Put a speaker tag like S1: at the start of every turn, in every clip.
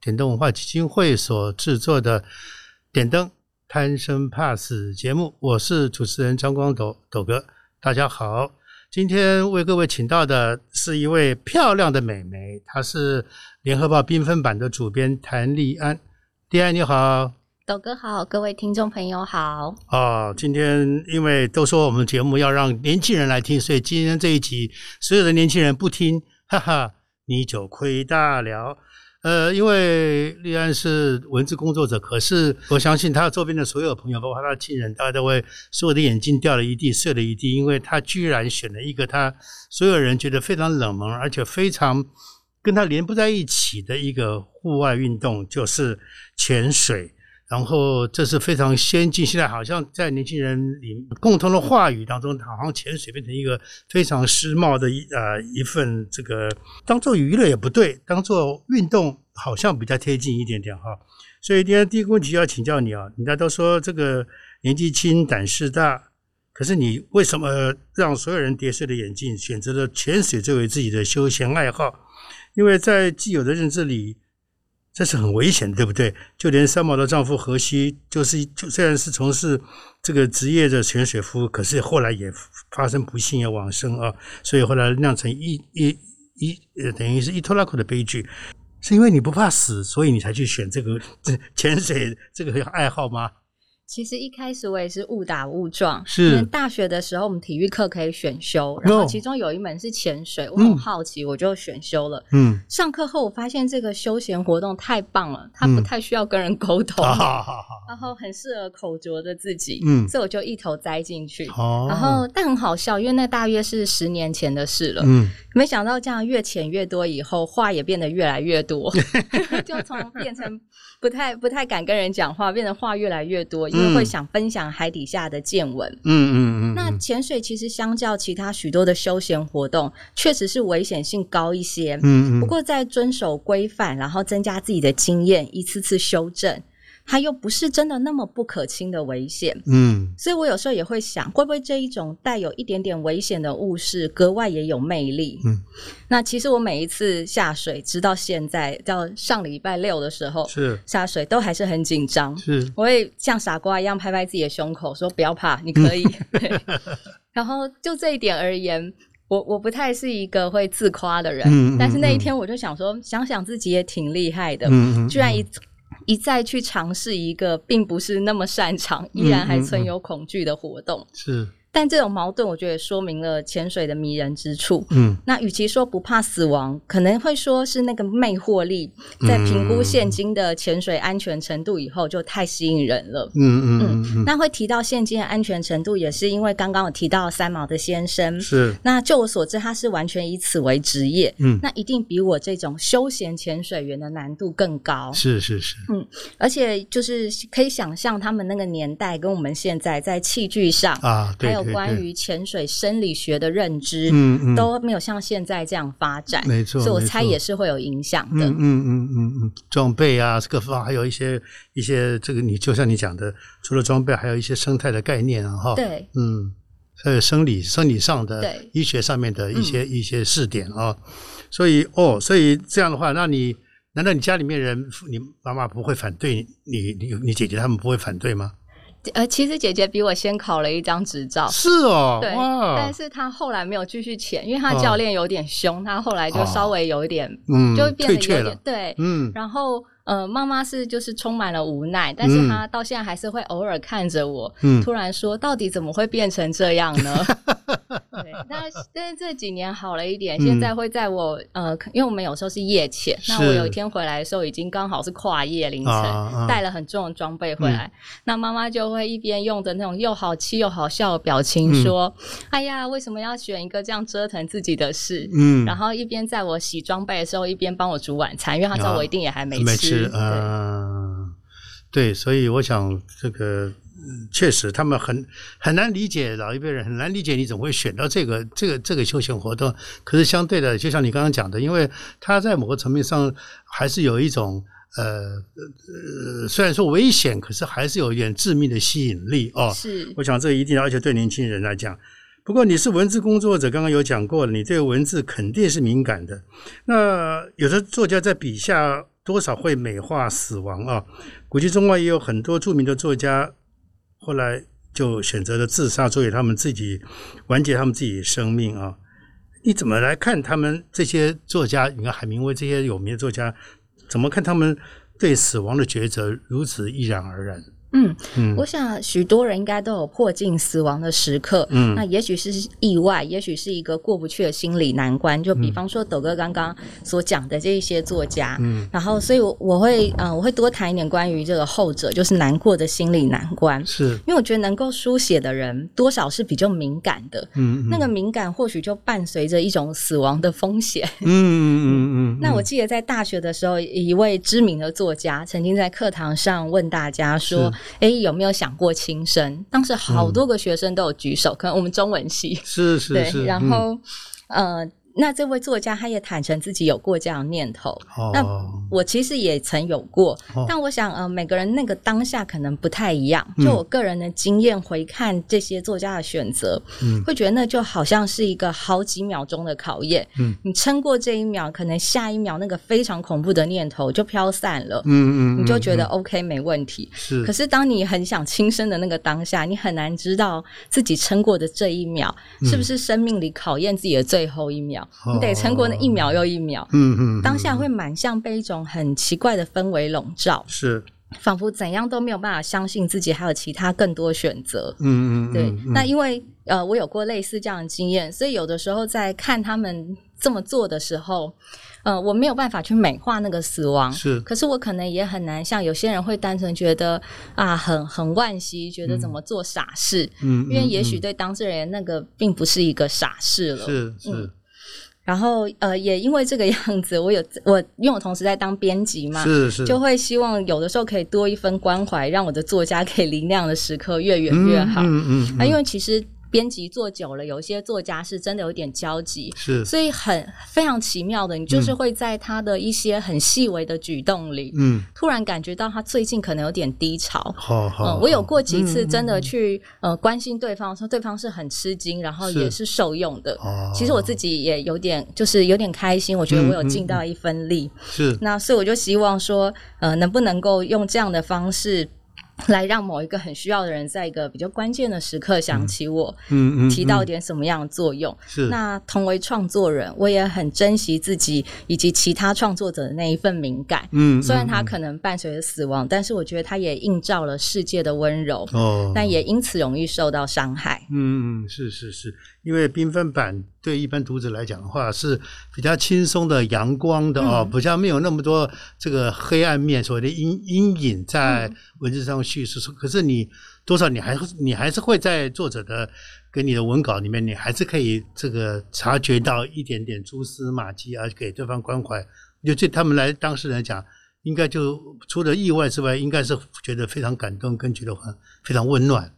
S1: 点灯文化基金会所制作的《点灯贪生怕死》节目，我是主持人张光斗斗哥，大家好。今天为各位请到的是一位漂亮的美眉，她是《联合报》缤纷版的主编谭丽安。丽安你好
S2: 斗哥好，各位听众朋友好。
S1: 啊！今天因为都说我们节目要让年轻人来听，所以今天这一集所有的年轻人不听，哈哈，你就亏大了。呃，因为丽安是文字工作者，可是我相信她周边的所有朋友，包括她的亲人，大家都会所有的眼镜掉了一地，碎了一地，因为她居然选了一个她所有人觉得非常冷门，而且非常跟她连不在一起的一个户外运动，就是潜水。然后这是非常先进，现在好像在年轻人里共同的话语当中，好像潜水变成一个非常时髦的一呃一份这个当做娱乐也不对，当做运动好像比较贴近一点点哈。所以今天第一个问题要请教你啊，人家都说这个年纪轻胆识大，可是你为什么让所有人跌碎了眼镜，选择了潜水作为自己的休闲爱好？因为在既有的认知里，这是很危险的，对不对？就连三毛的丈夫荷西，就是就虽然是从事这个职业的潜水夫，可是后来也发生不幸要往生啊，所以后来酿成一一一呃，等于是一拖拉苦的悲剧。是因为你不怕死，所以你才去选这个这潜水这个爱好吗？
S2: 其实一开始我也是误打误撞，
S1: 是
S2: 因为大学的时候我们体育课可以选修，然后其中有一门是潜水，我
S1: 嗯
S2: 很好奇，我就选修了。
S1: 嗯，
S2: 上课后我发现这个休闲活动太棒了，它不
S1: 嗯
S2: 太需要跟人沟通，
S1: 好好好好，
S2: 然后很适合口拙的自己，
S1: 嗯哦
S2: 所以我就一头栽进去。
S1: 好
S2: 然后，但很好笑，因为那大约是十年前的事了。
S1: 嗯，
S2: 没想到这样越潜越多以后，话也变得越来 越多，就从变成不太不太敢跟人讲话，变成话越来越多，因为会想分享海底下的见闻。
S1: 嗯嗯嗯，
S2: 那
S1: 嗯
S2: 潜水其实相较其他许多的休闲活动，确实是危险性高一些。
S1: 嗯嗯，
S2: 不过在遵守规范，然后增加自己的经验，一次次修正，它又不是真的那么不可轻的危险。
S1: 嗯
S2: 所以我有时候也会想，会不会这一种带有一点点危险的物事，格外也有魅力？
S1: 嗯，
S2: 那其实我每一次下水，直到现在，到上礼拜六的时候
S1: 是
S2: 下水，都还是很紧张。
S1: 是，
S2: 我会像傻瓜一样拍拍自己的胸口，说不要怕，你可 以。对然后就这一点而言，我我不太是一个会自夸的人，
S1: 嗯嗯
S2: 但是那一
S1: 嗯
S2: 天我就想说，想想自己也挺厉害的，
S1: 嗯嗯，
S2: 居然一一再去尝试一个并不是那么擅长，依然还
S1: 嗯
S2: 存有恐惧的活动。
S1: 是，
S2: 但这种矛盾，我觉得也说明了潜水的迷人之处。
S1: 嗯
S2: 那与其说不怕死亡，可能会说是那个魅惑力，在评估
S1: 嗯
S2: 现今的潜水安全程度以后，就太吸引人了。
S1: 嗯嗯嗯
S2: 那会提到现今的安全程度，也是因为刚刚我提到三毛的先生
S1: 嗯，。是，
S2: 那就我所知，他是完全以此为职业，
S1: 嗯
S2: 那一定比我这种休闲潜水员的难度更高。
S1: 是是是，
S2: 而且就是可以想象他们那个年代跟我们现在在器具上，
S1: 啊，对
S2: 还
S1: 对
S2: 有关
S1: 对
S2: 于潜水生理学的认知，
S1: 嗯嗯
S2: 都没有像现在这样发展，
S1: 没错
S2: 所以我
S1: 没
S2: 猜
S1: 错
S2: 也是会有影响的。
S1: 嗯嗯嗯嗯嗯，装备啊，各方还有一些一些这个你就像你讲的，除了装备，还有一些生态的概念啊，哈，，
S2: 对，
S1: 嗯，还有生理生理上的
S2: 对、嗯
S1: 医学上面的一些、一些试点啊，所以哦，所以这样的话，那你难道你家里面人，你妈妈不会反对你，你你姐姐他们不会反对吗？
S2: 呃，其实姐姐比我先考了一张执照。
S1: 是哦，
S2: 对，
S1: 哇
S2: 但，是她后来没有继续潜，因为她
S1: 哦
S2: 教练有点凶，她后来就
S1: 哦
S2: 稍微有一点，
S1: 嗯，
S2: 就会变
S1: 退
S2: 得有
S1: 却
S2: 点
S1: 了，
S2: 对，
S1: 嗯，
S2: 然后呃，妈妈是就是充满了无奈，但是她到现在还是会偶尔看着我，
S1: 嗯
S2: 突然说：“到底怎么会变成这样呢？”对，但是但是这几年好了一
S1: 嗯
S2: 点，现在会在我呃，因为我们有时候是夜潜，那我
S1: 是
S2: 有一天回来的时候已经刚好是跨夜凌晨
S1: 啊嗯啊，
S2: 带了很重的装备回来，那妈妈就会一边用着那种又好气又好笑的表
S1: 嗯
S2: 情说：“哎呀，为什么要选一个这样折腾自己的事？”
S1: 嗯，
S2: 然后一边在我洗装备的时候，一边帮我煮晚餐，因为她知道我一定也还没
S1: 啊没
S2: 吃。对
S1: 嗯，对，所以我想这个嗯确实他们很很难理解，老一辈人很难理解你怎么会选到这个这个这个休闲活动。可是相对的，就像你刚刚讲的，因为他在某个层面上还是有一种。呃呃，虽然说危险，可是还是有一点致命的吸引力哦。
S2: 是
S1: 我想这一定要，而且对年轻人来讲。不过你是文字工作者，刚刚有讲过了，你对文字肯定是敏感的。那有的作家在笔下多少会美化死亡啊。古今中外也有很多著名的作家，后来就选择了自杀，作为他们自己完结他们自己生命啊。你怎么来看他们这些作家？你看海明威这些有名的作家，怎么看他们对死亡的抉择如此毅然而然？
S2: 嗯，
S1: 嗯
S2: 我想许多人应该都有迫近死亡的时刻，
S1: 嗯
S2: 那也许是意外，也许是一个过不去的心理难关。就比方说斗哥刚刚所讲的这一些作家，
S1: 嗯，
S2: 然后所以我我会嗯、呃我会多谈一点关于这个后者，就是难过的心理难关。
S1: 是，
S2: 因为我觉得能够书写的人，多少是比较敏感的，
S1: 嗯，嗯
S2: 那个敏感或许就伴随着一种死亡的风险。
S1: 嗯嗯嗯嗯，
S2: 那我记得在大学的时候，一位知名的作家曾经在课堂上问大家说
S1: 是：“嗯
S2: 哎，有没有想过轻生？”当时好多个学生都有举手，可能我们中文系
S1: 是是是，
S2: 对，然
S1: 嗯
S2: 后、呃，那这位作家他也坦诚自己有过这样的念头。那
S1: 哦，
S2: 我其实也曾有过，
S1: 哦
S2: 但我想，呃，每个人那个当下可能不太一样。
S1: 嗯
S2: 就我个人的经验回看这些作家的选择，
S1: 嗯
S2: 会觉得那就好像是一个好几秒钟的考验。
S1: 嗯
S2: 你撑过这一秒，可能下一秒那个非常恐怖的念头就飘散了，
S1: 嗯嗯，
S2: 你就觉得
S1: 嗯
S2: OK 没问题。
S1: 是，
S2: 可是当你很想轻生的那个当下，你很难知道自己撑过的这一秒是不是生命里考验自己的最后一
S1: 嗯
S2: 秒。
S1: 哦
S2: 你得撑过那一秒又一秒，
S1: 嗯嗯，嗯
S2: 当下会蛮像被一种很奇怪的氛围笼罩，
S1: 是，
S2: 仿佛怎样都没有办法相信自己还有其他更多选择。
S1: 嗯嗯，
S2: 对，
S1: 嗯
S2: 那
S1: 嗯
S2: 因为呃，我有过类似这样的经验，所以有的时候在看他们这么做的时候，呃，我没有办法去美化那个死亡。
S1: 是
S2: 可是我可能也很难像有些人会单纯觉得啊，很很惋惜，觉得怎么做傻事，
S1: 嗯，
S2: 因为
S1: 嗯
S2: 也许嗯
S1: 嗯
S2: 对当事人那个并不是一个傻事了。
S1: 是是
S2: 然后呃，也因为这个样子，我有我因为我同时在当编辑嘛，
S1: 是是，
S2: 就会希望有的时候可以多一分关怀，让我的作家可以离那样的时刻越远越好。
S1: 嗯嗯，
S2: 啊，因
S1: 为
S2: 为其实编辑做久了，有一些作家是真的有点交集，
S1: 嗯是，
S2: 所以很非常奇妙的，你就是会在他的一些很细微的举动里，
S1: 嗯，
S2: 突然感觉到他最近可能有点低潮。
S1: 好
S2: 嗯、
S1: 好，
S2: 我有
S1: 好
S2: 过几次
S1: 嗯
S2: 真的去、呃关心对方，说对方是很吃惊，然后
S1: 是
S2: 也是受用的。
S1: 哦，
S2: 其实我自己也有点，就是有点开心，我觉得
S1: 嗯
S2: 我有
S1: 嗯
S2: 尽到一份力。
S1: 是
S2: 那所以我就希望说，呃，能不能够用这样的方式，来让某一个很需要的人，在一个比较关键的时刻想起我，
S1: 嗯嗯
S2: 提到
S1: 嗯
S2: 点什么样的作用。
S1: 是
S2: 那同为创作人，我也很珍惜自己以及其他创作者的那一份敏感。
S1: 嗯，
S2: 虽然
S1: 嗯
S2: 它
S1: 嗯
S2: 可能伴随着死亡，但是我觉得它也映照了世界的温柔，
S1: 哦，
S2: 但也因此容易受到伤害。
S1: 嗯，嗯，是是是，因为缤纷版对一般读者来讲的话是比较轻松的、阳光的哦，比较没有那么多这个黑暗面，所谓的阴阴影在文字上叙述。可是你多少你还是你还是会在作者的给你的文稿里面，你还是可以这个察觉到一点点蛛丝马迹，而给对方关怀。就对他们来当事人来讲，应该就除了意外之外，应该是觉得非常感动，跟觉得很非常温暖。
S2: 嗯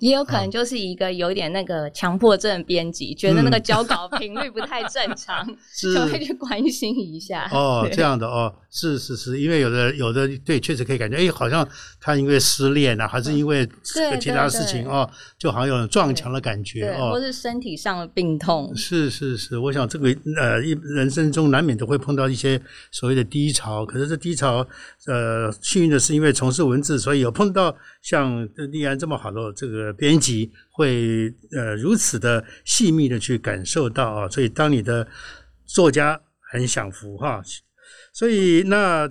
S2: 也有可能就是一个有点那个强迫症编辑，觉得那个交稿频率不太正常，
S1: 嗯 是
S2: 就会去关心一下。
S1: 哦，
S2: 对
S1: 这样的哦，是是是，因为有的有的对，确实可以感觉，哎，好像他因为失恋啊，还是因为
S2: 嗯对
S1: 其他
S2: 对
S1: 事情
S2: 对
S1: 哦，就好像有种撞墙的感觉
S2: 对，或
S1: 哦。
S2: 是身体上的病痛。
S1: 是是是，我想这个呃，一人生中难免都会碰到一些所谓的低潮，可是这低潮，呃，幸运的是因为从事文字，所以有碰到像丽安这么好的这个编辑，会呃如此的细密的去感受到啊、所以当你的作家很享福哈，所以那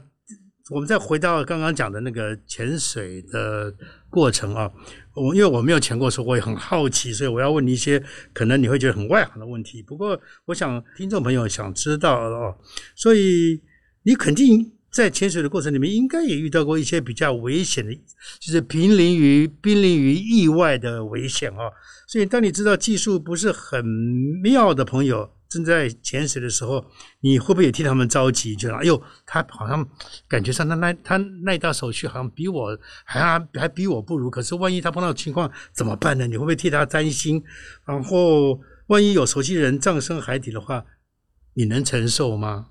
S1: 我们再回到刚刚讲的那个潜水的过程啊，我因为我没有潜过，所以我也很好奇，所以我要问你一些可能你会觉得很外行的问题。不过，我想听众朋友想知道哦，所以你肯定在潜水的过程里面，应该也遇到过一些比较危险的，就是濒临于濒临于意外的危险哦。所以，当你知道技术不是很妙的朋友正在潜水的时候，你会不会也替他们着急？觉得哎呦，他好像感觉上他那他那一道手续好像比我还还比我不如，可是万一他碰到情况怎么办呢？你会不会替他担心？然后，万一有熟悉人葬身海底的话，你能承受吗？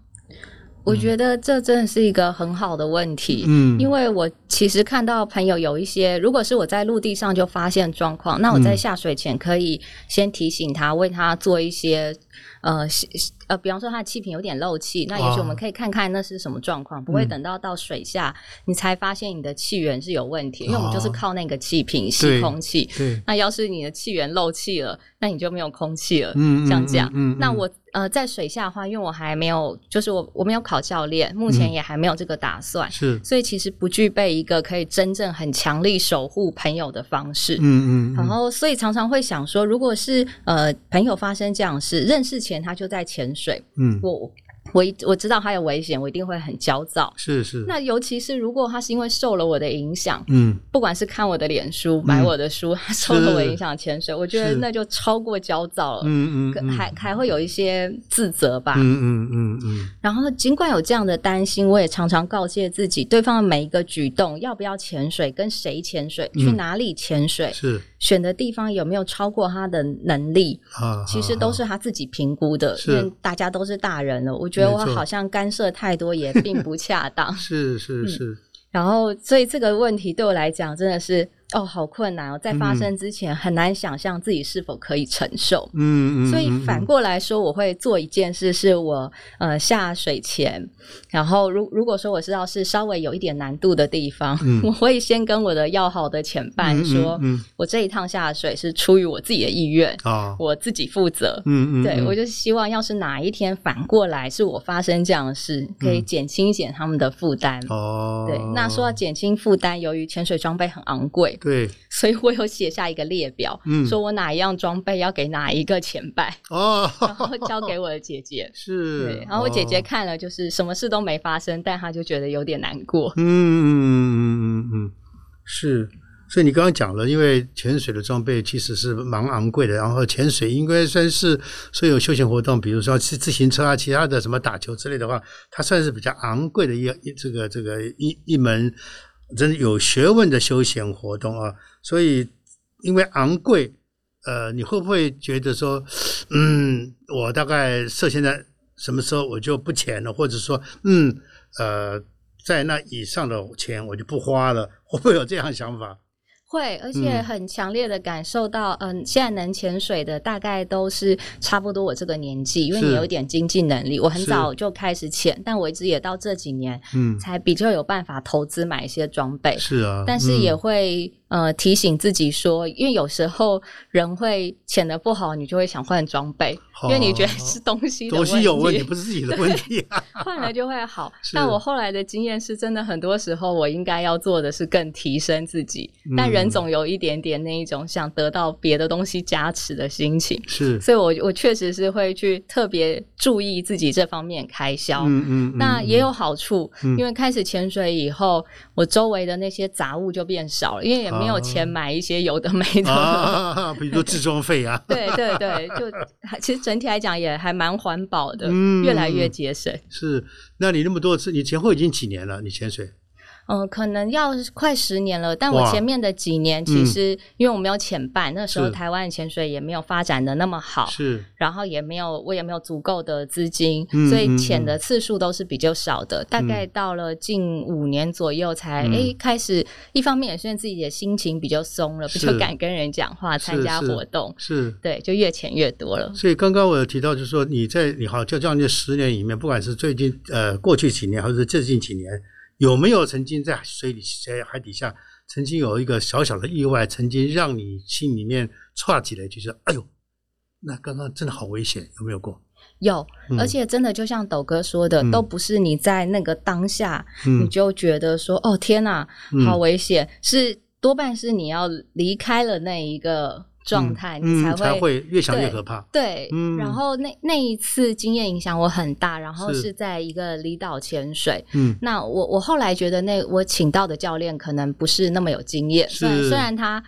S2: 我觉得这真的是一个很好的问题，
S1: 嗯
S2: 因为我其实看到朋友有一些，如果是我在陆地上就发现状况，那我在
S1: 嗯
S2: 下水前可以先提醒他，为他做一些呃是呃，比方说他的气瓶有点漏气，那也许我
S1: 哦
S2: 们可以看看那是什么状况，不
S1: 嗯
S2: 会等到到水下你才发现你的气源是有问题，因为我们就是
S1: 哦
S2: 靠那个气瓶
S1: 对
S2: 吸空气。
S1: 对，
S2: 那要是你的气源漏气了，那你就没有空气了。
S1: 嗯
S2: 这样讲。
S1: 嗯
S2: 那我呃在水下的话，因为我还没有，就是我我没有考教练，目
S1: 嗯
S2: 前也还没有这个打算，
S1: 是，
S2: 所以其实不具备一个可以真正很强力守护朋友的方式。
S1: 嗯嗯，
S2: 然后，所以常常会想说，如果是呃朋友发生这样的事，认识前他就在潜水，
S1: 嗯，
S2: 我我一我知道他有危险，我一定会很焦躁。
S1: 是是，
S2: 那尤其是如果他是因为受了我的影响，
S1: 嗯
S2: 不管是看我的脸书、买我的书，他受了我
S1: 是
S2: 影响潜水，我觉得
S1: 是
S2: 那就超过焦躁了。
S1: 嗯嗯
S2: 可
S1: 嗯，
S2: 还还会有一些自责吧。
S1: 嗯嗯嗯嗯，
S2: 然后，尽管有这样的担心，我也常常告诫自己，对方的每一个举动，要不要潜水，跟谁潜水，
S1: 嗯
S2: 去哪里潜水，
S1: 是
S2: 选的地方有没有超过他的能力，
S1: 啊，
S2: 其实都
S1: 啊
S2: 是他自己评估的。
S1: 是
S2: 因为大家都是大人了，我觉得我
S1: 没错
S2: 好像干涉太多也并不恰当
S1: 啊。是是
S2: 嗯
S1: 是，
S2: 然后，所以这个问题对我来讲真的是哦，好困难哦，在发生之前很难想象自己是否可以承受。
S1: 嗯嗯，
S2: 所以
S1: 嗯
S2: 反
S1: 嗯
S2: 过来说，我会做一件事，是我呃下水前，然后如如果说我知道是稍微有一点难度的地方，
S1: 嗯
S2: 我会先跟我的要好的前
S1: 嗯
S2: 伴
S1: 嗯
S2: 说，
S1: 嗯
S2: 我这一趟下水是出于我自己的意愿，
S1: 啊，
S2: 我自己负责。
S1: 嗯嗯，
S2: 对，我
S1: 就
S2: 就希望，要是哪一天反过来是我发生这样的事，可以
S1: 嗯
S2: 减轻一点他们的负担。
S1: 哦，
S2: 对，那说到减轻负担，由于潜水装备很昂贵，
S1: 对
S2: 所以我有写下一个列表，
S1: 嗯
S2: 说我哪一样装备要给哪一个前伴。
S1: 哦，。
S2: 然后 交给我的姐姐
S1: 是
S2: 对，，然后我姐姐
S1: 哦，
S2: 看了，就是什么事都没发生，但她就觉得有点难过。
S1: 嗯嗯嗯嗯嗯，是。所以你刚刚讲了，因为潜水的装备其实是蛮昂贵的，然后潜水应该算是所有休闲活动，比如说自自行车啊、其他的什么打球之类的话，它算是比较昂贵的一一这个这个一一门真的有学问的休闲活动啊。所以因为昂贵，呃，你会不会觉得说，嗯，我大概设现在什么时候我就不潜了，或者说，嗯，呃，在那以上的钱我就不花了， 会不会有这样的想法？
S2: 会，而
S1: 嗯
S2: 且很强烈的感受到，嗯、现在能潜水的大概都是差不多我这个年纪，因为
S1: 是
S2: 你有一点经济能力。我很
S1: 是
S2: 早就开始潜，但我一直也到这几年
S1: 嗯，
S2: 才比较有办法投资买一些装备。
S1: 是啊，
S2: 但是也
S1: 嗯
S2: 会、呃提醒自己说，因为有时候人会潜的不好，你就会想换装备，因为你觉得
S1: 哦
S2: 是东西的
S1: 东西有
S2: 问
S1: 问
S2: 题
S1: 题，不是自己的问题啊。 。
S2: 换了就会好
S1: 是
S2: 但我后来的经验是，真的很多时候我应该要做的是更提升自己，
S1: 嗯
S2: 但人总有一点点那一种想得到别的东西加持的心情，
S1: 是，
S2: 所以我我确实是会去特别注意自己这方面开销。
S1: 嗯嗯，
S2: 啊那也
S1: 有
S2: 有好处，
S1: 嗯
S2: 因为开始潜水以后，我周围的那些杂物就变少了，因为也没有钱买一些有的没的。，
S1: 啊，比如说自装费啊
S2: 对对对，就其实整体来讲也还蛮环保的，
S1: 嗯
S2: 越来越节省。
S1: 是。那你那么多次，你前后已经几年了？你潜水？
S2: 嗯，可能要快十年了，但
S1: 哇嗯
S2: 我前面的几年其实、因为我没有潜伴，那时候
S1: 是
S2: 台湾潜水也没有发展的那么好，
S1: 是，
S2: 然后也没有我也没有足够的资金，
S1: 嗯
S2: 所
S1: 嗯
S2: 以潜的次数都是比较少的。大概到了近五年左右才哎
S1: 嗯、
S2: 诶开始，一方面也是因为自己的心情比较松了，比较
S1: 是
S2: 敢跟人讲话，参
S1: 是
S2: 加
S1: 是嗯
S2: 活动，
S1: 是。
S2: 对，就越潜越多了。
S1: 所以刚刚我有提到，就是说你在你好就将近十年里面，不管是最近呃过去几年，还是最近几年，有没有曾经在水里在海底下曾经有一个小小的意外，曾经让你心里面歘起来，就是哎呦，那刚刚真的好危险，有没有过？
S2: 有，而且真的就像斗哥
S1: 嗯
S2: 说的，都不是你在那个当下你就觉得说哦天哪、嗯
S1: 嗯
S2: 好危险，是多半是你要离开了那一个状态，你
S1: 嗯才会越想越
S2: 对
S1: 可怕。
S2: 对，
S1: 嗯
S2: 然后那那一次经验影响我很大，然后
S1: 是
S2: 是在一个离岛潜水。
S1: 嗯
S2: 那我我后来觉得那我请到的教练可能不是那么有经验，虽然
S1: 是
S2: 虽然他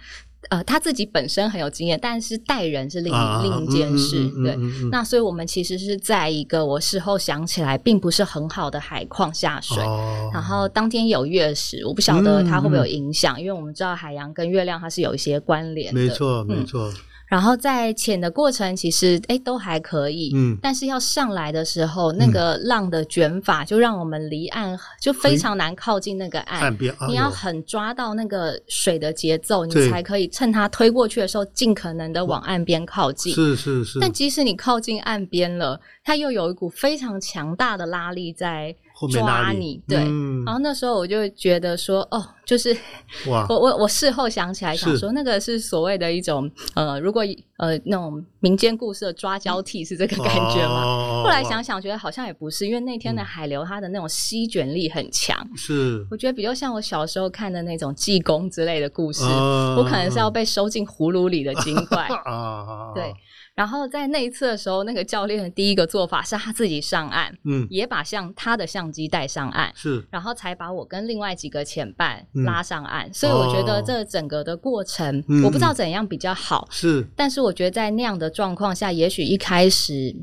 S2: 呃他自己本身很有经验，但是带人是另一、
S1: 啊，
S2: 另一件
S1: 嗯
S2: 事，
S1: 嗯嗯
S2: 对。
S1: 嗯嗯嗯
S2: 那所以，我们其实是在一个我事后想起来并不是很好的海况下水，
S1: 哦
S2: 然后当天有月食，我不晓得它会不会有
S1: 嗯嗯
S2: 影响，因为我们知道海洋跟月亮它是有一些关联的。
S1: 没错没
S2: 嗯
S1: 错，
S2: 然后在潜的过程，其实哎都还可以，
S1: 嗯
S2: 但是要上来的时候，那个浪的卷法就让我们离岸就非常难靠近那个岸。
S1: 岸边啊
S2: 你要
S1: 有
S2: 很抓到那个水的节奏，你
S1: 对
S2: 才可以趁它推过去的时候，尽可能的往岸边靠近。
S1: 是是是，
S2: 但即使你靠近岸边了，它又有一股非常强大的拉力在
S1: 后面
S2: 抓
S1: 拉
S2: 你
S1: 力，
S2: 对。
S1: 嗯
S2: 然后那时候我就觉得说，哦，就是
S1: 哇
S2: 我我我事后想起来，想
S1: 啊是
S2: 说那个是所谓的一种呃，如果呃那种民间故事的抓交替是这个感觉吗？
S1: 嗯哦
S2: 后来
S1: 哇嗯
S2: 想想，觉得好像也不是，因为那天的海流它的那种吸卷力很强，
S1: 是，
S2: 我觉得比较像我小时候看的那种济公之类的故事，
S1: 啊
S2: 我可能是要被收进葫芦里的精怪
S1: 啊。啊啊，啊
S2: 对，然后在那一次的时候，那个教练的第一个做法是他自己上岸，
S1: 嗯，
S2: 也把相他的相机带上岸，
S1: 是
S2: 然后才把我跟另外几个前伴
S1: 嗯
S2: 拉上岸。所以我觉得
S1: 哦
S2: 这整个的过程，
S1: 嗯
S2: 我不知道怎样比较好。
S1: 是，
S2: 但是我觉得在那样的状况下，也许一开始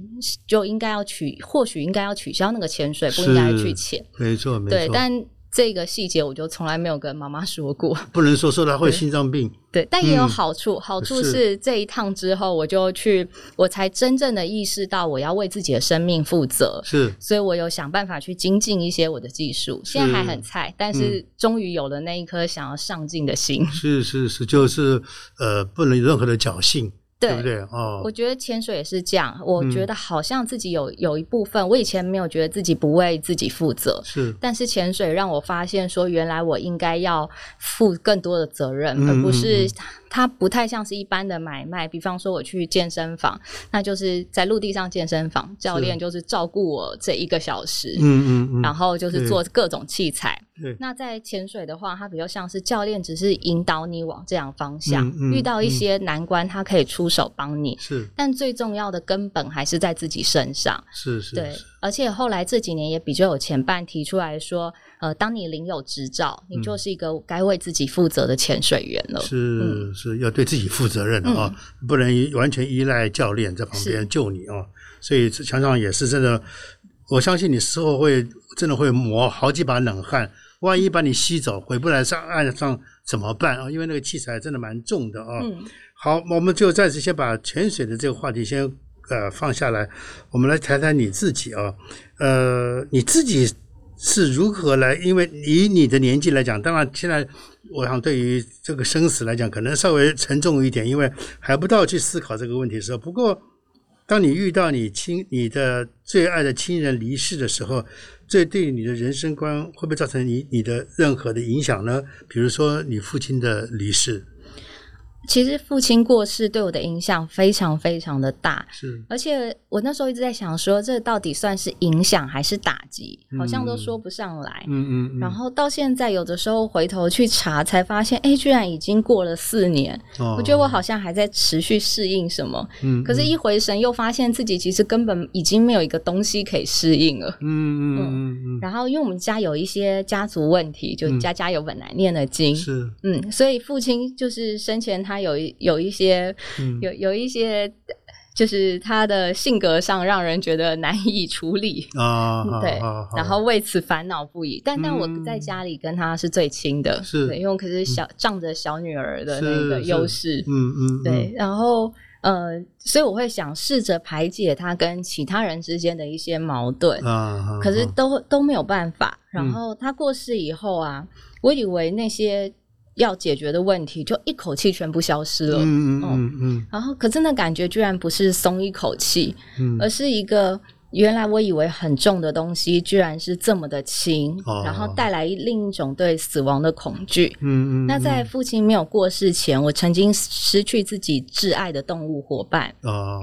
S2: 就应该要取，或许应该要取消那个潜水，不应该
S1: 是
S2: 去潜。
S1: 没错没错，
S2: 对，但这个细节我就从来没有跟妈妈说过。
S1: 不能说说他会心脏病，
S2: 对，但也有
S1: 嗯
S2: 好处，好处
S1: 是
S2: 是这一趟之后，我就去，我才真正的意识到我要为自己的生命负责。
S1: 是
S2: 所以我有想办法去精进一些我的技术，现在还很菜，但
S1: 嗯
S2: 是终于有了那一颗想要上进的心。
S1: 是是是，就是呃，不能有任何的侥幸，对不嗯
S2: 对
S1: 对？哦
S2: 我，觉得潜水也是这样，我觉得好像自己有有一部分，我以前没有觉得自己不为自己负责，
S1: 是
S2: 但是潜水让我发现说，原来我应该要负更多的责任，
S1: 嗯
S2: 而不是
S1: 嗯
S2: 它不太像是一般的买卖。比方说我去健身房，那就是在陆地上健身房，教练就是照顾我这一个小时，
S1: 嗯嗯嗯，
S2: 然后就是
S1: 对
S2: 做各种器材。
S1: 对
S2: 那在潜水的话，它比较像是教练，只是引导你往这样方向。
S1: 嗯嗯
S2: 遇到一些难关，他可以出手帮你。
S1: 是
S2: 但最重要的根本还是在自己身上，
S1: 是是，
S2: 对
S1: 是。
S2: 而且后来这几年也比较有前伴提出来说，呃，当你领有执照，你
S1: 嗯
S2: 就是一个该为自己负责的潜水员了。
S1: 是是要对自己负责任的啊，不能依完全依赖教练在旁边救你啊。所以常常也是真的，我相信你事后会真的会磨好几把冷汗，万一把你吸走，回不来上岸上怎么办啊？因为那个器材真的蛮重的啊。
S2: 嗯，
S1: 好，我们就暂时先把潜水的这个话题先呃放下来，我们来谈谈你自己啊，呃，你自己是如何来？因为以你的年纪来讲，当然现在我想对于这个生死来讲，可能稍微沉重一点，因为还不到去思考这个问题的时候。不过，当你遇到你亲你的最爱的亲人离世的时候，这对你的人生观会不会造成你你的任何的影响呢？比如说你父亲的离世，
S2: 其实父亲过世对我的影响非常非常的大。
S1: 是
S2: 而且我那时候一直在想说，这到底算是影响还是打击，好像都说不上来。
S1: 嗯嗯嗯
S2: 然后到现在，有的时候回头去查，才发现，哎，居然已经过了四年。
S1: 哦
S2: 我觉得我好像还在持续适应什么，
S1: 嗯
S2: 可是，一回神又发现自己其实根本已经没有一个东西可以适应了。
S1: 嗯嗯嗯
S2: 然后，因为我们家有一些家族问题，就家家有本难念的经
S1: 嗯，，是，
S2: 嗯，所以父亲就是生前他有一有一些
S1: 嗯
S2: 有有一些，就是他的性格上让人觉得难以处理，
S1: 啊，好
S2: 嗯对
S1: 好好，
S2: 然后为此烦恼不已。但但我在家里跟他是最亲的，
S1: 嗯是嗯
S2: 对因为我可是小仗着小女儿的那个
S1: 是
S2: 优势，
S1: 嗯嗯，嗯
S2: 对，，然后。呃，所以我会想试着排解他跟其他人之间的一些矛盾，
S1: 啊，
S2: 可是
S1: 啊
S2: 都都没有办法。然
S1: 嗯
S2: 后他过世以后啊，我以为那些要解决的问题就一口气全部消失了，
S1: 嗯嗯
S2: 哦
S1: 嗯嗯
S2: 然后可是那感觉居然不是松一口气，
S1: 嗯，
S2: 而是一个原来我以为很重的东西，居然是这么的轻，
S1: 哦
S2: 然后带来另一种对死亡的恐惧。
S1: 嗯嗯，
S2: 那在父亲没有过世前，我曾经失去自己挚爱的动物伙伴。
S1: 哦，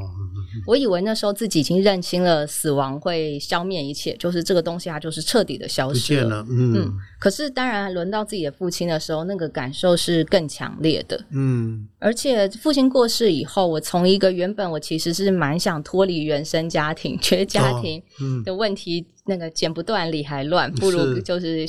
S2: 我以为那时候自己已经认清了死亡会消灭一切，就是这个东西它就是彻底的消
S1: 不
S2: 失
S1: 见了，嗯
S2: 嗯，可是当然轮到自己的父亲的时候，那个感受是更强烈的。
S1: 嗯
S2: 而且父亲过世以后，我从一个原本我其实是蛮想脱离原生家庭、 缺家庭
S1: 嗯，
S2: 的问题，那个剪不断理还乱，不如
S1: 是
S2: 就是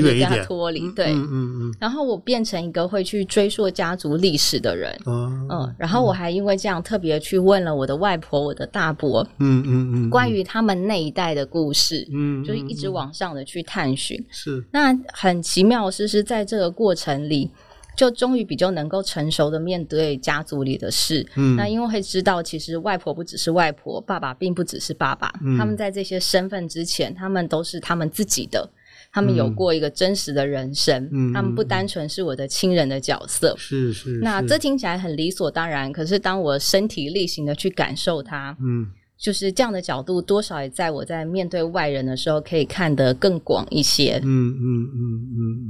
S1: 离
S2: 是
S1: 远一
S2: 跟他
S1: 点，
S2: 脱离。
S1: 嗯
S2: 对，
S1: 嗯嗯
S2: 然后我变成一个会去追溯家族历史的人。
S1: 嗯，哦，
S2: 嗯，然后我还因为这样特别去问了我的外婆、我的大伯，
S1: 嗯嗯嗯，
S2: 关于他们那一代的故事，
S1: 嗯，嗯
S2: 就是一直
S1: 嗯
S2: 往上的去探寻。
S1: 是
S2: 那很奇妙的是，是在这个过程里，就终于比较能够成熟的面对家族里的事。
S1: 嗯
S2: 那因为会知道，其实外婆不只是外婆，爸爸并不只是爸爸。
S1: 嗯
S2: 他们在这些身份之前，他们都是他们自己的，他们有
S1: 嗯
S2: 过一个真实的人生，
S1: 嗯
S2: 他们不单纯是我的亲人的角色。
S1: 是是，
S2: 那
S1: 是
S2: 这听起来很理所当然，可是当我身体力行的去感受它，
S1: 嗯
S2: 就是这样的角度，多少也在我在面对外人的时候，可以看得更广一些。
S1: 嗯嗯嗯嗯嗯，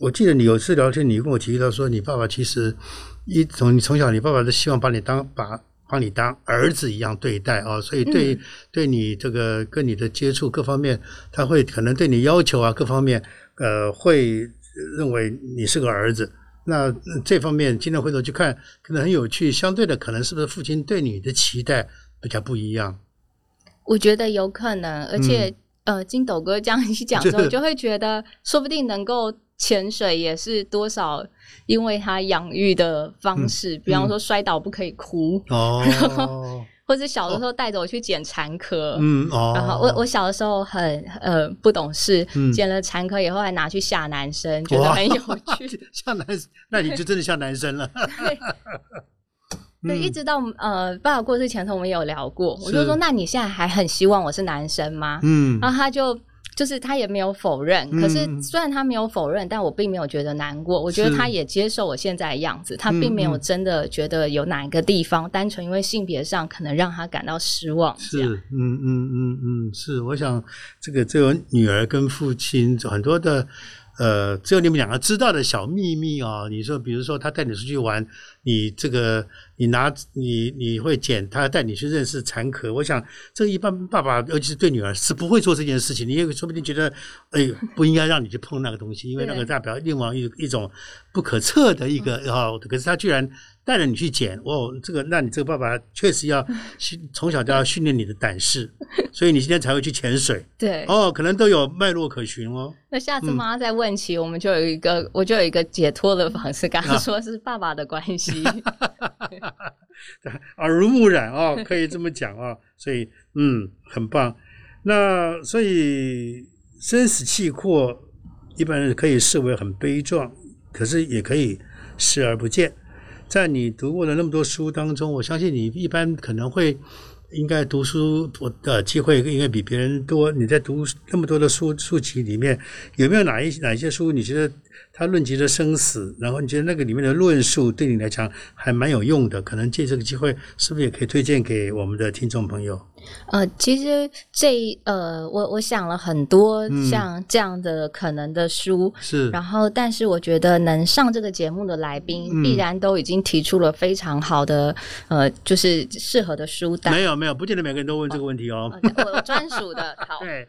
S1: 我记得你有次聊天，你跟我提到说，你爸爸其实一从你从小，你爸爸都希望把你当把把你当儿子一样对待啊，所以对、
S2: 嗯
S1: 对你这个跟你的接触各方面，他会可能对你要求啊各方面，呃，会认为你是个儿子。那呃这方面今天回头去看，可能很有趣。相对的，可能是不是父亲对你的期待比较不一样？
S2: 我觉得有可能，而且、
S1: 嗯
S2: 呃，金斗哥这样一讲 之后，就会觉得说不定能够潜水也是多少，因为他养育的
S1: 嗯
S2: 方式，比方说摔倒不可以哭，
S1: 哦，
S2: 或者小的时候带着我去捡蚕壳。
S1: 嗯，哦，
S2: 然后我我小的时候很呃不懂事，
S1: 嗯
S2: 捡了蚕壳以后还拿去吓男生，觉得
S1: 哇
S2: 很 有趣。
S1: 像男，那你就真的像男生了。 嗯
S2: 对，一直到呃爸爸过世前头，我们有聊过，我就是说那你现在还很希望我是男生吗？
S1: 嗯
S2: 然后他就就是他也没有否认，
S1: 嗯
S2: 可是虽然他没有否认，但我并没有觉得难过，我觉
S1: 是嗯
S2: 得他也接受我现在的样子，他并没有真的觉得有哪一个地方单纯因为性别上可能让他感到失望，这
S1: 是，
S2: 样
S1: 嗯嗯嗯嗯，是。我想这个只有女儿跟父亲很多的，呃，只有你们两个知道的小秘密啊、你说，比如说他带你出去玩，你这个你拿你你会捡，他带你去认识蚕壳。我想这一般爸爸，尤其是对女儿是不会做这件事情。你也说不定觉得，哎呦，不应该让你去碰那个东西，因为那个
S2: 对嗯
S1: 代表另外一一种不可测的一个啊、可是他居然带着你去捡，哦，这个那你这个爸爸确实要训从小就要训练你的胆识，所以你今天才会去潜水
S2: 对。
S1: 哦，可能都有脉络可循哦。
S2: 那下次妈妈再问起，我们就有一个，我就有一个解脱的方式。
S1: 啊
S2: 刚刚说是爸爸的关 系，
S1: 耳濡目染哦，可以这么讲哦。所以，嗯，很棒。那所以生死契阔，一般人可以视为很悲壮，可是也可以视而不见。在你读过的那么多书当中，我相信你一般可能会应该读书我的机会应该比别人多。你在读那么多的书书籍里面，有没有哪一哪一些书你觉得它论及了生死，然后你觉得那个里面的论述对你来讲还蛮有用的？可能借这个机会，是不是也可以推荐给我们的听众朋友？
S2: 呃，其实这一呃，我我想了很多
S1: 嗯
S2: 像这样的可能的书，
S1: 是
S2: 然后但是我觉得能上这个节目的来
S1: 嗯
S2: 宾，必然都已经提出了非常好的呃，就是适合的书单。
S1: 没有没有，不见得每个人都问这个问题哦。
S2: 呃我专 属的，好
S1: 对，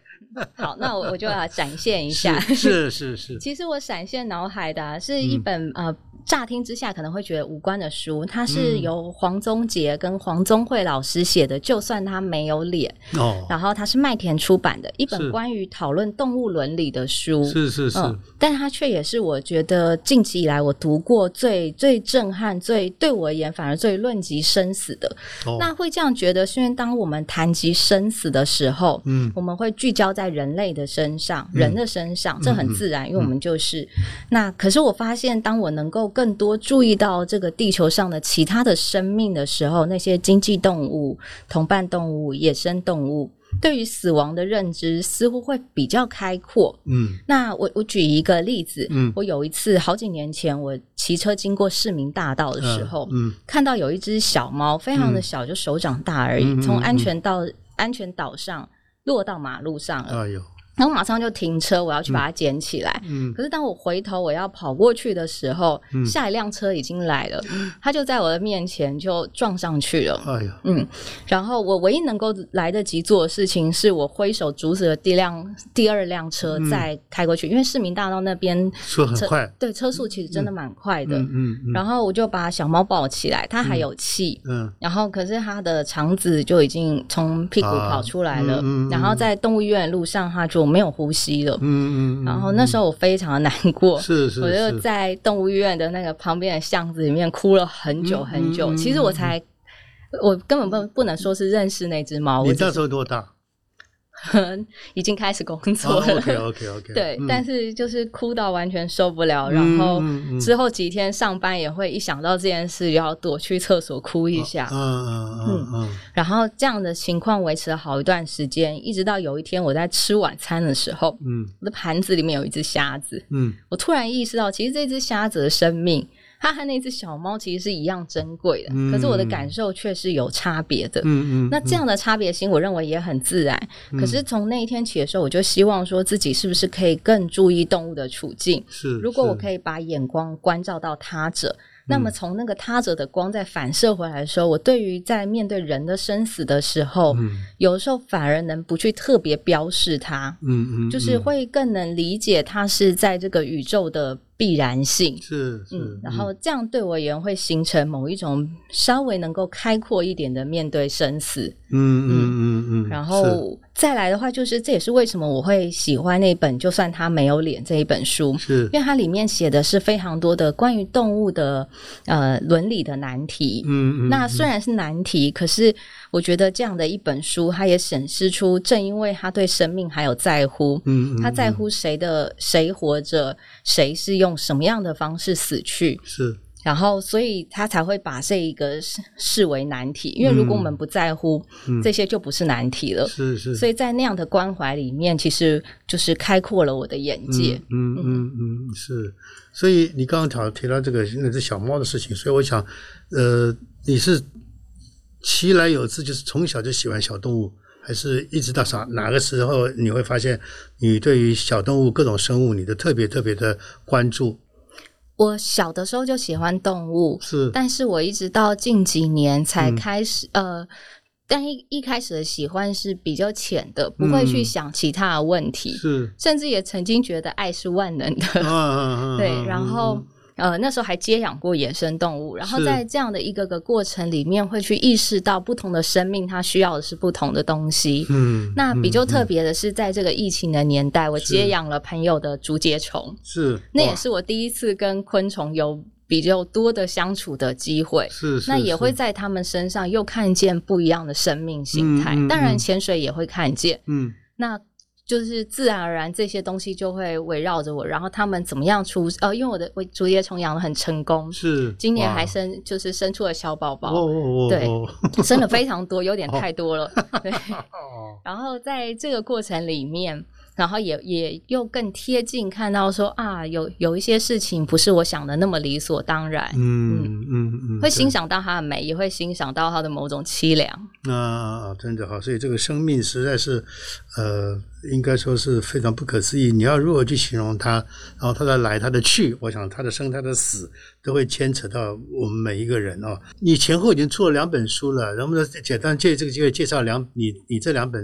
S2: 好，那我我就要展现一下。
S1: 是嗯是是是，
S2: 其实我闪现脑海的啊、是一本、呃，乍听之下可能会觉得无关的书，它是
S1: 嗯
S2: 由黄宗杰跟黄宗慧老师写的，就算他没有脸，
S1: 哦，
S2: 然后它是麦田出版的一
S1: 是
S2: 本关于讨论动物伦理的书。
S1: 是是是，
S2: 嗯，但它却也是我觉得近期以来我读过最最震撼、最对我而言反而最论及生死的。
S1: 哦，
S2: 那会这样觉得，是因为当我们谈及生死的时候，
S1: 嗯
S2: 我们会聚焦在人类的身上、
S1: 嗯
S2: 人的身上，这很自然，因为我们就是。那可是我发现，当我能够更多注意到这个地球上的其他的生命的时候，那些经济动物、同伴动物、野生动物。对于死亡的认知似乎会比较开阔，
S1: 嗯
S2: 那我我举一个例子，
S1: 嗯
S2: 我有一次好几年前，我骑车经过市民大道的时候，
S1: 嗯
S2: 看到有一只小猫，非常的小，就手掌大而已，
S1: 嗯嗯嗯
S2: 从安全道安全岛上落到马路上了，
S1: 哎呦，
S2: 然后马上就停车，我要去把它捡起来。
S1: 嗯，
S2: 可是当我回头我要跑过去的时候，
S1: 嗯
S2: 下一辆车已经来了，它就在我的面前就撞上去了。
S1: 哎呦，
S2: 嗯，然后我唯一能够来得及做的事情，是我挥手阻止了第辆第二辆车
S1: 嗯
S2: 再开过去，因为市民大道那边
S1: 说很
S2: 车
S1: 快，
S2: 对车速其实真的蛮快的。
S1: 嗯嗯嗯
S2: 然后我就把小猫抱起来，它还有气，
S1: 嗯，
S2: 然后可是它的肠子就已经从屁股跑出来了，
S1: 啊嗯嗯嗯
S2: 然后在动物医院的路上它就没有呼吸了。
S1: 嗯嗯嗯，
S2: 然后那时候我非常的难过，
S1: 是是，
S2: 我就是在动物医院的那个旁边的巷子里面哭了很久很久。
S1: 嗯嗯嗯
S2: 其实我才，我根本不不能说是认识那只猫，
S1: 你
S2: 我
S1: 那
S2: 只
S1: 时候多大哦
S2: 是已经开始工作了。
S1: ？OK OK OK，
S2: 对，但
S1: 是
S2: 是就是哭到完全受不了，然后
S1: 嗯嗯嗯
S2: 之后几天上班也会一想到这件事，就要躲去厕所哭一下。
S1: 嗯嗯嗯
S2: 然后这样的情况维持了好一段时间，一直到有一天我在吃晚餐的时候，
S1: 嗯
S2: 我的盘子里面有一只虾子，
S1: 嗯
S2: 我突然意识到，其实这只虾子的生命，它和那只小猫其实是一样珍贵的，
S1: 嗯
S2: 可是我的感受却是有差别的。
S1: 嗯嗯，嗯
S2: 那这样的差别心，我认为也很自然。可是从那一天起的时候，我就希望说自己是不是可以更注意动物的处境。
S1: 嗯是，嗯
S2: 如果我可以把眼光关照到他者，那么从那个他者的光再反射回来的时候，我对于在面对人的生死的时候，
S1: 嗯
S2: 有的时候反而能不去特别标示它，
S1: 嗯嗯，
S2: 就是会更能理解它是在这个宇宙的必然性。
S1: 是是
S2: 嗯，，然后这样对我而言会形成某一种稍微能够开阔一点的面对生死。
S1: 嗯嗯嗯嗯，
S2: 然后再来的话，就是这也是为什么我会喜欢那本《就算他没有脸》这一本书，
S1: 是
S2: 因为它里面写的是非常多的关于动物的呃伦理的难题。
S1: 嗯嗯，
S2: 那虽然是难题，可是我觉得这样的一本书，它也显示出，正因为他对生命还有在乎，
S1: 嗯
S2: 他在乎谁的谁活着，谁是用什么样的方式死去，
S1: 是
S2: 然后所以他才会把这一个视视为难题。因为如果
S1: 嗯
S2: 我们不在乎，
S1: 嗯
S2: 这些就不是难题了。
S1: 是是，
S2: 所以在那样的关怀里面，其实就是开阔了我的眼界。
S1: 嗯嗯嗯，是。所以你刚刚讲提到这个那只小猫的事情，所以我想，呃，你是其来有自，就是从小就喜欢小动物，还是一直到啥哪个时候你会发现你对于小动物各种生物你的特别特别的关注？
S2: 我小的时候就喜欢动物，
S1: 是
S2: 但是我一直到近几年
S1: 嗯
S2: 才开始、呃。但一一开始的喜欢是比较浅的，不会去
S1: 嗯
S2: 想其他的问题，
S1: 是，
S2: 甚至也曾经觉得爱是万能的。
S1: 嗯嗯嗯，
S2: 对，然后呃那时候还接养过野生动物，然后
S1: 是
S2: 在这样的一个个过程里面，会去意识到不同的生命它需要的是不同的东西。
S1: 嗯，
S2: 那比较特别的是，在这个疫情的年代，我接养了朋友的竹节虫，
S1: 是，
S2: 那也是我第一次跟昆虫有比较多的相处的机会。
S1: 是是，
S2: 那也会在它们身上又看见不一样的生命形态，
S1: 嗯嗯
S2: 当然
S1: 嗯
S2: 潜水也会看见，
S1: 嗯
S2: 那就是自然而然这些东西就会围绕着我，然后他们怎么样出呃，因为我的我竹叶虫养的很成功，
S1: 是，
S2: 今年还生就是生出了小宝
S1: 哦
S2: 宝，
S1: 哦哦，
S2: 生了非常多，有点太 多了，对。
S1: 哦
S2: 然后在这个过程里面，然后也也又更贴近看到说啊，有有一些事情不是我想的那么理所当然，
S1: 嗯嗯嗯，
S2: 会欣赏到它的美，也会欣赏到它的某种凄凉。
S1: 那、啊、真的哈，所以这个生命实在是，呃，应该说是非常不可思议。你要如何去形容它，然后它的来、它的去，我想它的生、它的死，都会牵扯到我们每一个人啊、你前后已经出了两本书了，能不能简单借这个机会介绍两你你这两本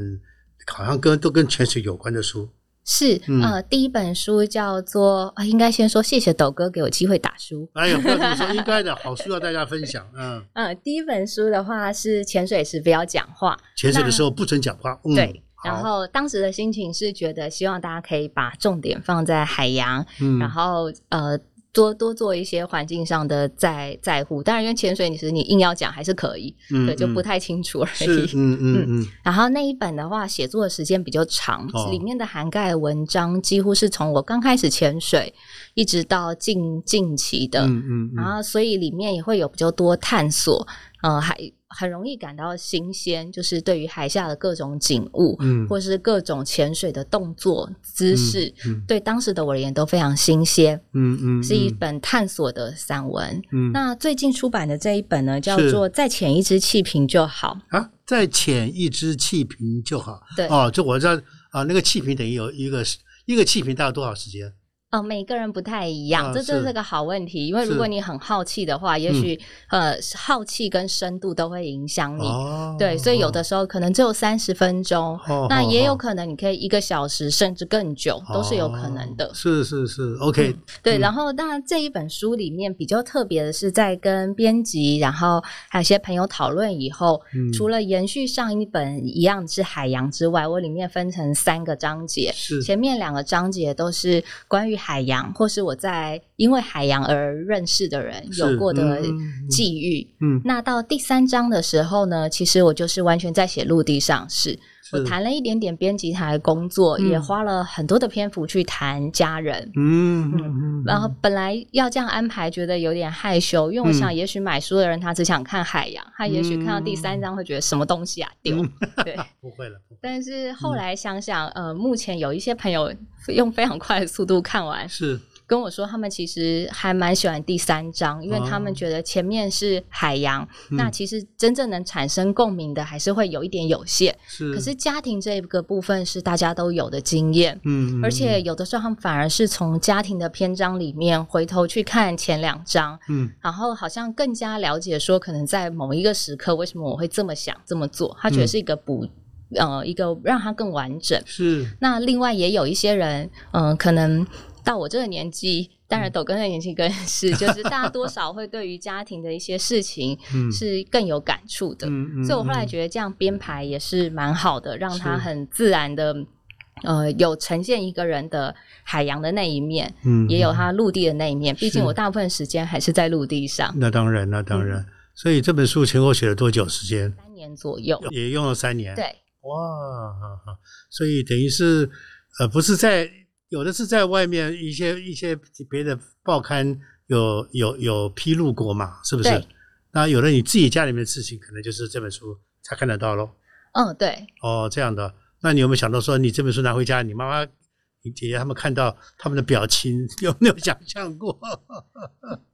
S1: 好像跟都跟潜水有关的书？
S2: 是，
S1: 嗯
S2: 呃，第一本书叫做，啊应该先说谢谢斗哥给我机会打书。
S1: 哎呀，不要这么说，应该的，好书要大家分享。嗯，
S2: 嗯、第一本书的话是潜水时不要讲话，
S1: 潜水的时候不准讲话。嗯、
S2: 对。
S1: 好
S2: 然后当时的心情是觉得，希望大家可以把重点放在海洋，
S1: 嗯
S2: 然后呃多多做一些环境上的在在乎。当然，因为潜水，你是你硬要讲还是可以，
S1: 嗯
S2: 对，就不
S1: 嗯
S2: 太清楚而
S1: 是
S2: 已。
S1: 嗯嗯嗯
S2: 然后那一本的话，写作的时间比较长，
S1: 哦
S2: 里面的涵盖的文章几乎是从我刚开始潜水，一直到近近期的，
S1: 嗯嗯
S2: 然
S1: 嗯，
S2: 后所以里面也会有比较多探索，呃，还很容易感到新鲜，就是对于海下的各种景物，
S1: 嗯
S2: 或是各种潜水的动作姿势，
S1: 嗯
S2: 对当时的我而言都非常新鲜，
S1: 嗯嗯
S2: 是一本探索的散文。
S1: 嗯
S2: 那最近出版的这一本呢，叫
S1: 是
S2: 做《再潜一只气瓶就好》。
S1: 啊，再浅一只气瓶就好。
S2: 对
S1: 哦，就我知道啊，那个气瓶等于有一个一个气瓶大概多少时间？
S2: 呃，每个人不太一
S1: 啊
S2: 样，这这
S1: 是
S2: 是个好问题。因为如
S1: 是嗯
S2: 果你很好气的话，也许呃，好气跟深度都会影响你。
S1: 哦，
S2: 嗯对，所以有的时候可能只有三十分钟，
S1: 哦
S2: 那
S1: 哦
S2: 也有
S1: 哦
S2: 可能你可以一个小时甚至更久，都是有可能的嗯
S1: 哦。嗯是是是，OK，
S2: 对，然后那这一本书里面比较特别的是，在跟编辑，然后还有一些朋友讨论以后，
S1: 嗯
S2: 除了延续上一本一样是海洋之外，我里面分成三个章节，
S1: 是
S2: 前面两个章节都是关于海洋，或是我在因为海洋而认识的人
S1: 是
S2: 有过的
S1: 嗯嗯嗯
S2: 际遇。
S1: 嗯
S2: 那到第三章的时候呢，其实我就是完全在写陆地上事。我
S1: 是
S2: 谈了一点点编辑台的工作，
S1: 嗯
S2: 也花了很多的篇幅去谈家人。
S1: 嗯嗯，嗯
S2: 然后本来要这样安排，觉得有点害羞，因为我想，也许买书的人他只想看海洋，他也许看到第
S1: 嗯
S2: 三章会觉得什么东西啊丢。对，
S1: 不会了，不会
S2: 但是后
S1: 嗯
S2: 来想想，呃，目前有一些朋友用非常快的速度看完，
S1: 是
S2: 跟我说他们其实还蛮喜欢第三章，因为他
S1: 哦
S2: 们觉得前面是海洋，
S1: 嗯
S2: 那其实真正能产生共鸣的还是会有一点有限。
S1: 是，
S2: 可是家庭这个部分是大家都有的经验。
S1: 嗯，嗯
S2: 而且有的时候，他们反而是从家庭的篇章里面回头去看前两章，
S1: 嗯
S2: 然后好像更加了解说，可能在某一个时刻，为什么我会这么想、这么做？他
S1: 嗯
S2: 觉得是一个补，呃，一个让他更完整。
S1: 是
S2: 那另外也有一些人，嗯、可能到我这个年纪，当
S1: 嗯
S2: 然抖跟的年纪更是，就是大家多少会对于家庭的一些事情
S1: 嗯
S2: 是更有感触的。
S1: 嗯嗯，
S2: 所以我后来
S1: 嗯
S2: 觉得这样编排也是蛮好的，让他
S1: 是
S2: 很自然的，呃，有呈现一个人的海洋的那一面，
S1: 嗯
S2: 也有他陆地的那一面。毕竟
S1: 是
S2: 我大部分时间还是在陆地上，
S1: 那当然那当
S2: 嗯
S1: 然，所以这本书前后写了多久时间？
S2: 三年左右。
S1: 也用了三年，
S2: 对，
S1: 哇，哈哈所以等于是呃，不是在有的是在外面一些一些别的报刊有有有披露过嘛，是不是
S2: 对？
S1: 那有的你自己家里面的事情，可能就是这本书才看得到咯。
S2: 嗯，对，
S1: 哦，这样的，那你有没有想到说，你这本书拿回家，你妈妈、你姐姐他们看到他们的表情，有没有想象过？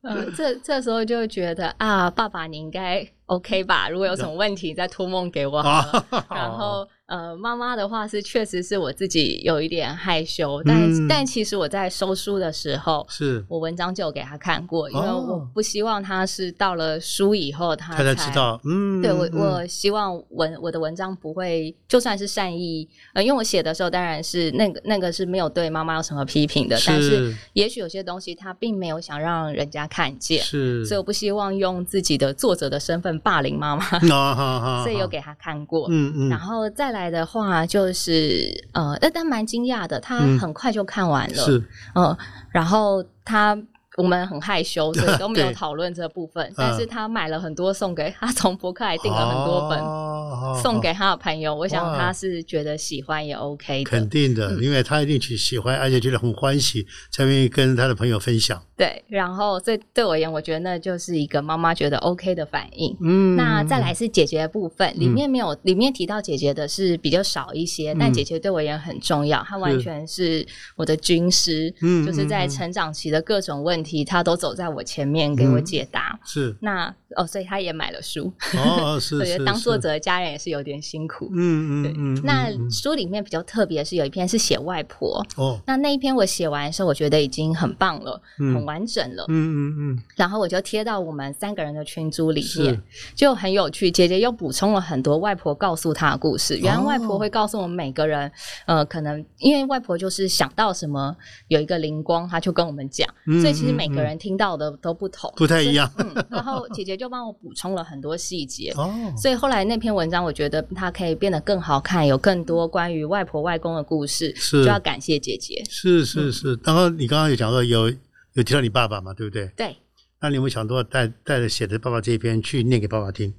S2: 嗯，这这时候就会觉得啊，爸爸你应该 OK 吧？如果有什么问题，再托梦给我好
S1: 哦
S2: 了。哦然 后呃，妈妈的话是确实是我自己有一点害羞，但、
S1: 嗯
S2: 但其实我在收书的时候，
S1: 是
S2: 我文章就有给他看过，因为我
S1: 哦
S2: 不希望他是到了书以后他
S1: 他才知。道，嗯，
S2: 对我，
S1: 嗯
S2: 我希望文我的文章不会，就算是善意，呃，因为我写的时候当然是那个那个是没有对妈妈有什么批评的，但是
S1: 是
S2: 也许有些东西他并没有想让人家看见，
S1: 是，
S2: 所以我不希望用自己的作者的身份霸凌妈妈，
S1: 啊哈哈
S2: 所以有
S1: 哈
S2: 给他看过。
S1: 嗯嗯
S2: 然后再来的话就是呃，但但蛮惊讶的，他
S1: 嗯
S2: 很快就看完了，
S1: 是
S2: 嗯，然后他。我们很害羞，所以都没 有
S1: 对嗯
S2: 讨论这部分。但是他买了很多送给他，从博客来订了很多本、
S1: 本
S2: 送给他的朋友。我想
S1: 哦哇
S2: 他是觉得喜欢也 OK
S1: 肯
S2: 的，嗯
S1: 定的，因为他一定去喜欢，而且觉得很欢喜，才愿意跟他的朋友分享。
S2: 对。然后所以对我而言，我觉得那就是一个妈妈觉得 OK 的反应。
S1: 嗯
S2: 那再来是姐姐的部分，里面没有，里面提到姐姐的是比较少一些，
S1: 嗯
S2: 但姐姐对我也很重要，她完全是我的军师，
S1: 嗯
S2: 就是在成长期的各种问题，她都走在我前面给我
S1: 嗯
S2: 解答。
S1: 是
S2: 那哦，所以她也买了书，
S1: 哦， 是
S2: 我
S1: 是
S2: 觉
S1: 是
S2: 得当作者的家人也是有点辛苦。
S1: 嗯嗯嗯，
S2: 那
S1: 嗯嗯
S2: 书里面比较特别是有一篇是写外婆，
S1: 哦，
S2: 那那一篇我写完的时候，我觉得已经很棒了，
S1: 嗯
S2: 很完整了。
S1: 嗯嗯嗯，
S2: 然后我就贴到我们三个人的群组里
S1: 是
S2: 面，就很有趣。姐姐又补充了很多外婆告诉她的故事。原来外
S1: 哦
S2: 婆会告诉我们每个人，呃，可能因为外婆就是想到什么有一个灵光，她就跟我们讲，
S1: 嗯
S2: 所以其实
S1: 嗯
S2: 每个人听到的都不 同。
S1: 不太一样
S2: 嗯，然后姐姐就帮我补充了很多细节。
S1: 哦，
S2: 所以后来那篇文章，我觉得它可以变得更好看，有更多关于外婆外公的故事，
S1: 是
S2: 就要感谢姐姐。
S1: 是是
S2: 嗯
S1: 是。然后你刚刚有讲到有有提到你爸爸嘛，对不对？
S2: 对，
S1: 那你有没有想过带带着写的爸爸这一篇去念给爸爸听？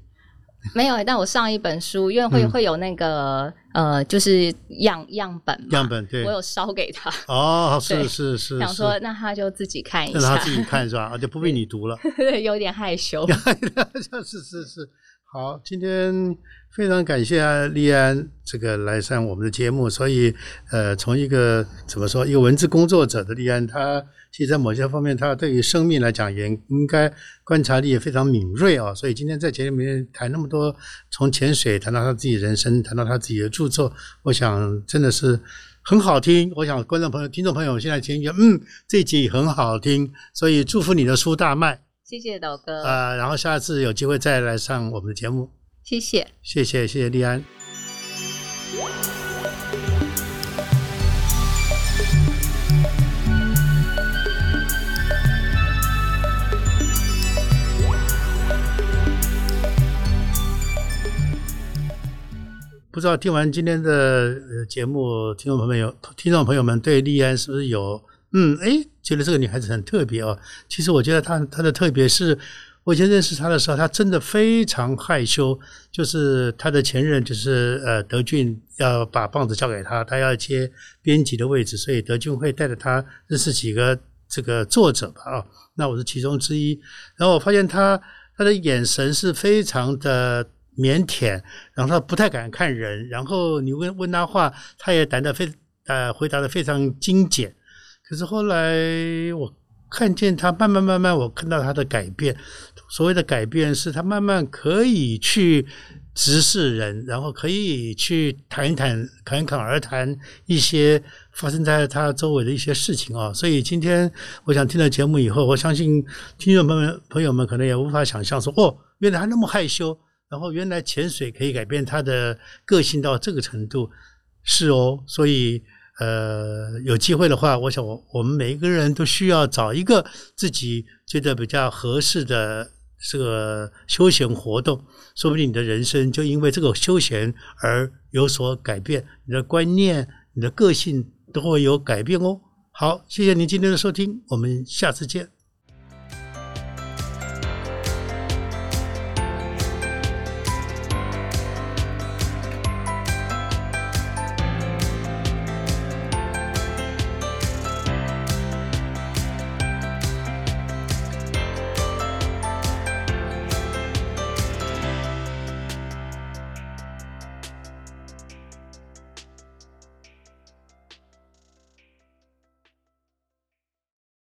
S2: 没有欸，但我上一本书，因为会、
S1: 嗯
S2: 会有那个呃，就是样样本嘛，
S1: 样本对
S2: 我有烧给他，
S1: 哦，是
S2: 对
S1: 是是，
S2: 想
S1: 是
S2: 说那他就自己看一
S1: 让他
S2: 下，
S1: 自己看是吧？啊，就不必你读了。
S2: 对，有点害羞。
S1: 是是是， 好，今天非常感谢丽安这个来上我们的节目，所以呃，从一个怎么说一个文字工作者的丽安，她其实在某些方面，她对于生命来讲也应该观察力也非常敏锐啊、所以今天在节目里面谈那么多，从潜水谈到她自己人生，谈到她自己的著作，我想真的是。很好听，我想观众朋友、听众朋友现在听觉，嗯，这集很好听，所以祝福你的书大卖。
S2: 谢谢斗哥，
S1: 呃，然后下次有机会再来上我们的节目，
S2: 谢谢。
S1: 谢谢谢谢丽安。不知道听完今天的呃节目，听众朋友听众朋友们对丽安是不是有嗯哎觉得这个女孩子很特别哦？其实我觉得她她的特别是，我以前认识她的时候，她真的非常害羞，就是她的前任就是呃德俊要把棒子交给她，她要接编辑的位置，所以德俊会带着她认识几个这个作者吧啊、那我是其中之一。然后我发现她她的眼神是非常的腼腆，然后他不太敢看人，然后你问问他话，他也答的非呃回答的非常精简。可是后来我看见他慢慢慢慢，我看到他的改变。所谓的改变是他慢慢可以去直视人，然后可以去谈一谈侃侃而谈一些发生在他周围的一些事情啊、所以今天我想听了节目以后，我相信听众朋友们朋友们可能也无法想象说哦，原来他那么害羞。然后原来潜水可以改变他的个性到这个程度，是哦，所以呃，有机会的话，我想我我们每一个人都需要找一个自己觉得比较合适的这个休闲活动，说不定你的人生就因为这个休闲而有所改变，你的观念、你的个性都会有改变哦。好，谢谢您今天的收听，我们下次见。